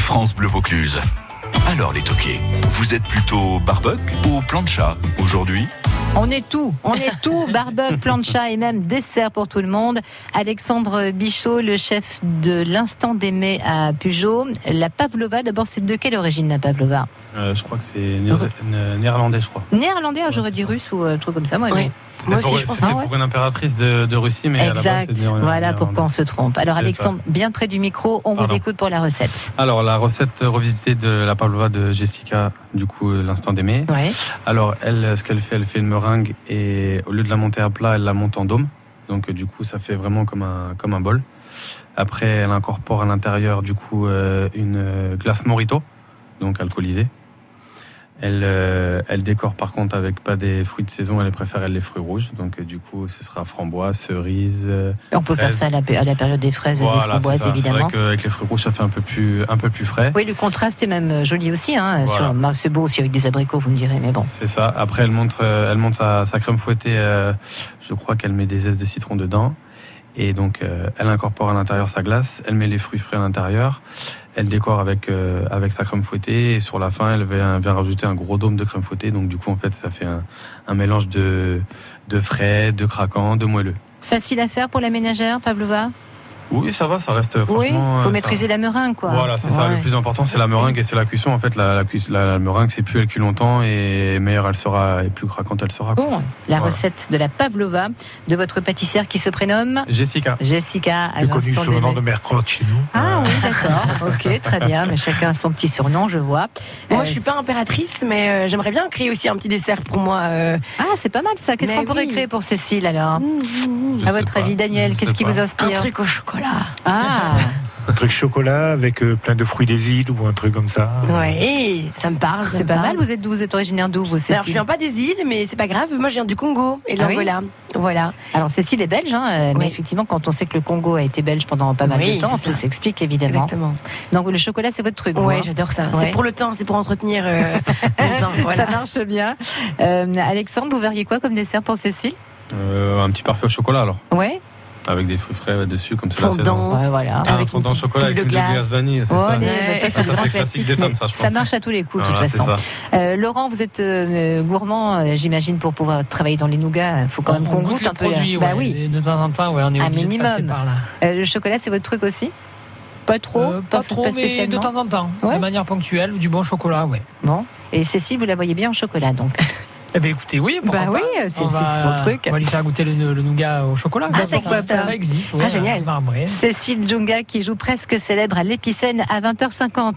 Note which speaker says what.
Speaker 1: France Bleu Vaucluse. Alors les toqués, vous êtes plutôt barbecue ou plancha aujourd'hui
Speaker 2: On est tout, on est tout, barbecue, plancha et même dessert pour tout le monde. Alexandre Bichot, le chef de l'instant d'aimer à Peugeot. La pavlova, d'abord, c'est de quelle origine la pavlova
Speaker 3: Euh, je crois que c'est néer- né- néerlandais, je crois.
Speaker 2: Néerlandais, ah,
Speaker 3: Ouais,
Speaker 2: j'aurais dit
Speaker 3: c'est ça.
Speaker 2: russe ou euh, un truc comme ça, moi.
Speaker 4: Oui.
Speaker 2: mais-
Speaker 3: C'était
Speaker 4: Moi aussi,
Speaker 3: pour,
Speaker 4: je pense,
Speaker 3: c'était
Speaker 2: hein,
Speaker 3: pour une impératrice de, de Russie, mais à la base,
Speaker 2: Exact,
Speaker 3: c'est né-
Speaker 2: voilà
Speaker 3: néerlandais.
Speaker 2: pourquoi on se trompe. Alors
Speaker 3: C'est
Speaker 2: Alexandre, bien près du micro, on vous
Speaker 3: Pardon.
Speaker 2: écoute pour la recette.
Speaker 3: Alors, la recette revisitée de la pavlova de Jessica, du coup, euh, l'instant d'aimer.
Speaker 2: Ouais.
Speaker 3: Alors, elle, euh, ce qu'elle fait, elle fait une meringue et au lieu de la monter à plat, elle la monte en dôme. Donc, euh, du coup, ça fait vraiment comme un, comme un bol. Après, elle incorpore à l'intérieur, du coup, euh, une euh, glace Morito, donc alcoolisée. Elle, euh, elle décore par contre avec pas des fruits de saison, elle préfère les fruits rouges. Donc, euh, du coup, ce sera framboise, cerise. euh,
Speaker 2: On peut faire
Speaker 3: Fraises.
Speaker 2: ça à la, pé- à la période des fraises et des
Speaker 3: voilà, c'est
Speaker 2: framboises,
Speaker 3: ça. C'est vrai
Speaker 2: évidemment.
Speaker 3: qu'avec les fruits rouges, ça fait un peu plus, un peu plus frais.
Speaker 2: Oui, le contraste est même euh, joli aussi. Hein,
Speaker 3: Voilà.
Speaker 2: sur- bah, C'est beau aussi avec des abricots, vous me direz, mais bon.
Speaker 3: C'est ça. Après, elle montre, euh, elle monte sa, sa crème fouettée. euh, je crois qu'elle met des zestes de citron dedans. Et donc, euh, elle incorpore à l'intérieur sa glace. Elle met les fruits frais à l'intérieur. Elle décore avec, euh, avec sa crème fouettée. Et sur la fin, elle va, va rajouter un gros dôme de crème fouettée. Donc, du coup, en fait, ça fait un, un mélange de, de frais, de craquant, de moelleux.
Speaker 2: Facile à faire pour la ménagère, Pavlova
Speaker 3: Oui, ça va, ça reste
Speaker 2: Oui,
Speaker 3: franchement.
Speaker 2: faut
Speaker 3: euh, ça-
Speaker 2: maîtriser la meringue, quoi.
Speaker 3: Voilà, c'est ça.
Speaker 2: Ouais.
Speaker 3: Le plus important, c'est la meringue et c'est la cuisson. En fait, la, la, cuis- la- la meringue, c'est plus elle cuit longtemps et meilleure elle sera et plus craquante elle sera. quoi.
Speaker 2: Bon, la
Speaker 3: Voilà.
Speaker 2: recette de la Pavlova de votre pâtissière qui se prénomme
Speaker 3: Jessica.
Speaker 2: Jessica. à
Speaker 5: Plus connu
Speaker 2: l'instant
Speaker 5: sous le nom
Speaker 2: d'aimer.
Speaker 5: de mère crotte chez nous.
Speaker 2: Ah oui, d'accord. ok, très bien. Mais chacun a son petit surnom, je vois.
Speaker 4: Moi,
Speaker 2: Euh,
Speaker 4: je suis pas impératrice, mais euh, j'aimerais bien créer aussi un petit dessert pour moi. euh.
Speaker 2: Ah, c'est pas mal ça. Qu'est-ce
Speaker 4: Mais
Speaker 2: qu'on pourrait
Speaker 4: oui.
Speaker 2: créer pour Cécile alors
Speaker 3: Je
Speaker 2: À
Speaker 3: sais
Speaker 2: votre
Speaker 3: pas.
Speaker 2: avis, Daniel,
Speaker 3: Je
Speaker 2: qu'est-ce
Speaker 3: sais
Speaker 2: qui
Speaker 3: pas.
Speaker 2: vous
Speaker 4: Un
Speaker 2: inspire
Speaker 4: truc au chocolat.
Speaker 2: Ah,
Speaker 5: Un truc chocolat avec euh, plein de fruits des îles ou un truc comme ça.
Speaker 4: Ouais, ça me parle. ça
Speaker 2: c'est
Speaker 4: me
Speaker 2: pas
Speaker 4: parle.
Speaker 2: mal. Vous êtes d'où Vous êtes originaire d'où, vous,
Speaker 4: Alors, je
Speaker 2: Cécile
Speaker 4: viens pas des îles, mais c'est pas grave. Moi, je viens du Congo et de
Speaker 2: Ah oui
Speaker 4: l'Angola. Voilà.
Speaker 2: Alors Cécile est belge, hein, euh, mais
Speaker 4: Oui.
Speaker 2: effectivement, quand on sait que le Congo a été belge pendant pas mal
Speaker 4: Oui,
Speaker 2: de temps,
Speaker 4: c'est
Speaker 2: tout
Speaker 4: ça.
Speaker 2: s'explique évidemment.
Speaker 4: Exactement.
Speaker 2: Donc le chocolat, c'est votre truc. vous,
Speaker 4: Ouais,
Speaker 2: hein
Speaker 4: j'adore ça.
Speaker 2: Ouais.
Speaker 4: C'est pour le temps, c'est pour entretenir euh, le temps.
Speaker 2: Ça
Speaker 4: Voilà.
Speaker 2: marche bien. Euh, Alexandre, vous verriez quoi comme dessert pour Cécile
Speaker 3: Euh, un petit parfait au chocolat alors,
Speaker 2: Ouais.
Speaker 3: avec des fruits frais dessus comme ça.
Speaker 4: Fondant.
Speaker 2: Ouais, voilà.
Speaker 3: Ah,
Speaker 4: Avec
Speaker 3: un fondant au
Speaker 4: une petite
Speaker 3: chocolat avec
Speaker 4: boule
Speaker 3: une
Speaker 4: de
Speaker 3: glace,
Speaker 4: glace.
Speaker 3: vanille, c'est
Speaker 2: Oh,
Speaker 3: ça.
Speaker 2: mais,
Speaker 4: Ouais.
Speaker 2: bah, ça,
Speaker 4: Ah,
Speaker 2: c'est le
Speaker 3: ça,
Speaker 2: grand
Speaker 3: c'est classique
Speaker 2: classique.
Speaker 3: des femmes,
Speaker 2: mais
Speaker 3: ça, je pense.
Speaker 2: marche à tous les coups, de
Speaker 3: Voilà,
Speaker 2: toute
Speaker 3: c'est
Speaker 2: façon.
Speaker 3: ça.
Speaker 2: Euh, Laurent, vous êtes euh, gourmand, euh, j'imagine, pour pouvoir travailler dans les nougats. Il faut quand même qu'on goûte, un peu.
Speaker 6: Produit,
Speaker 2: la- bah
Speaker 6: ouais,
Speaker 2: oui.
Speaker 6: et De temps en temps, ouais, on est
Speaker 2: Un
Speaker 6: obligé de passer
Speaker 2: minimum.
Speaker 6: par là.
Speaker 2: Euh, le chocolat, c'est votre truc aussi Pas trop
Speaker 6: Euh, pas trop, mais de
Speaker 2: spécialement.
Speaker 6: temps en temps,
Speaker 2: Ouais.
Speaker 6: de manière ponctuelle, ou du bon chocolat, ouais.
Speaker 2: Bon. Et Cécile, vous la voyez bien en chocolat, donc.
Speaker 6: Eh ben écoutez, oui, pourquoi
Speaker 2: Bah
Speaker 6: pas.
Speaker 2: oui, c'est-
Speaker 6: On
Speaker 2: c'est
Speaker 6: va-
Speaker 2: son truc.
Speaker 6: On va lui faire goûter le, le nougat au chocolat.
Speaker 4: Ah,
Speaker 6: Bah,
Speaker 4: ça
Speaker 6: pourquoi
Speaker 4: existe,
Speaker 6: pas,
Speaker 4: hein.
Speaker 6: Ça existe,
Speaker 4: Ah,
Speaker 6: ouais,
Speaker 4: génial.
Speaker 6: marbré.
Speaker 2: Cécile Djunga qui joue presque célèbre à l'épicène à 20h50.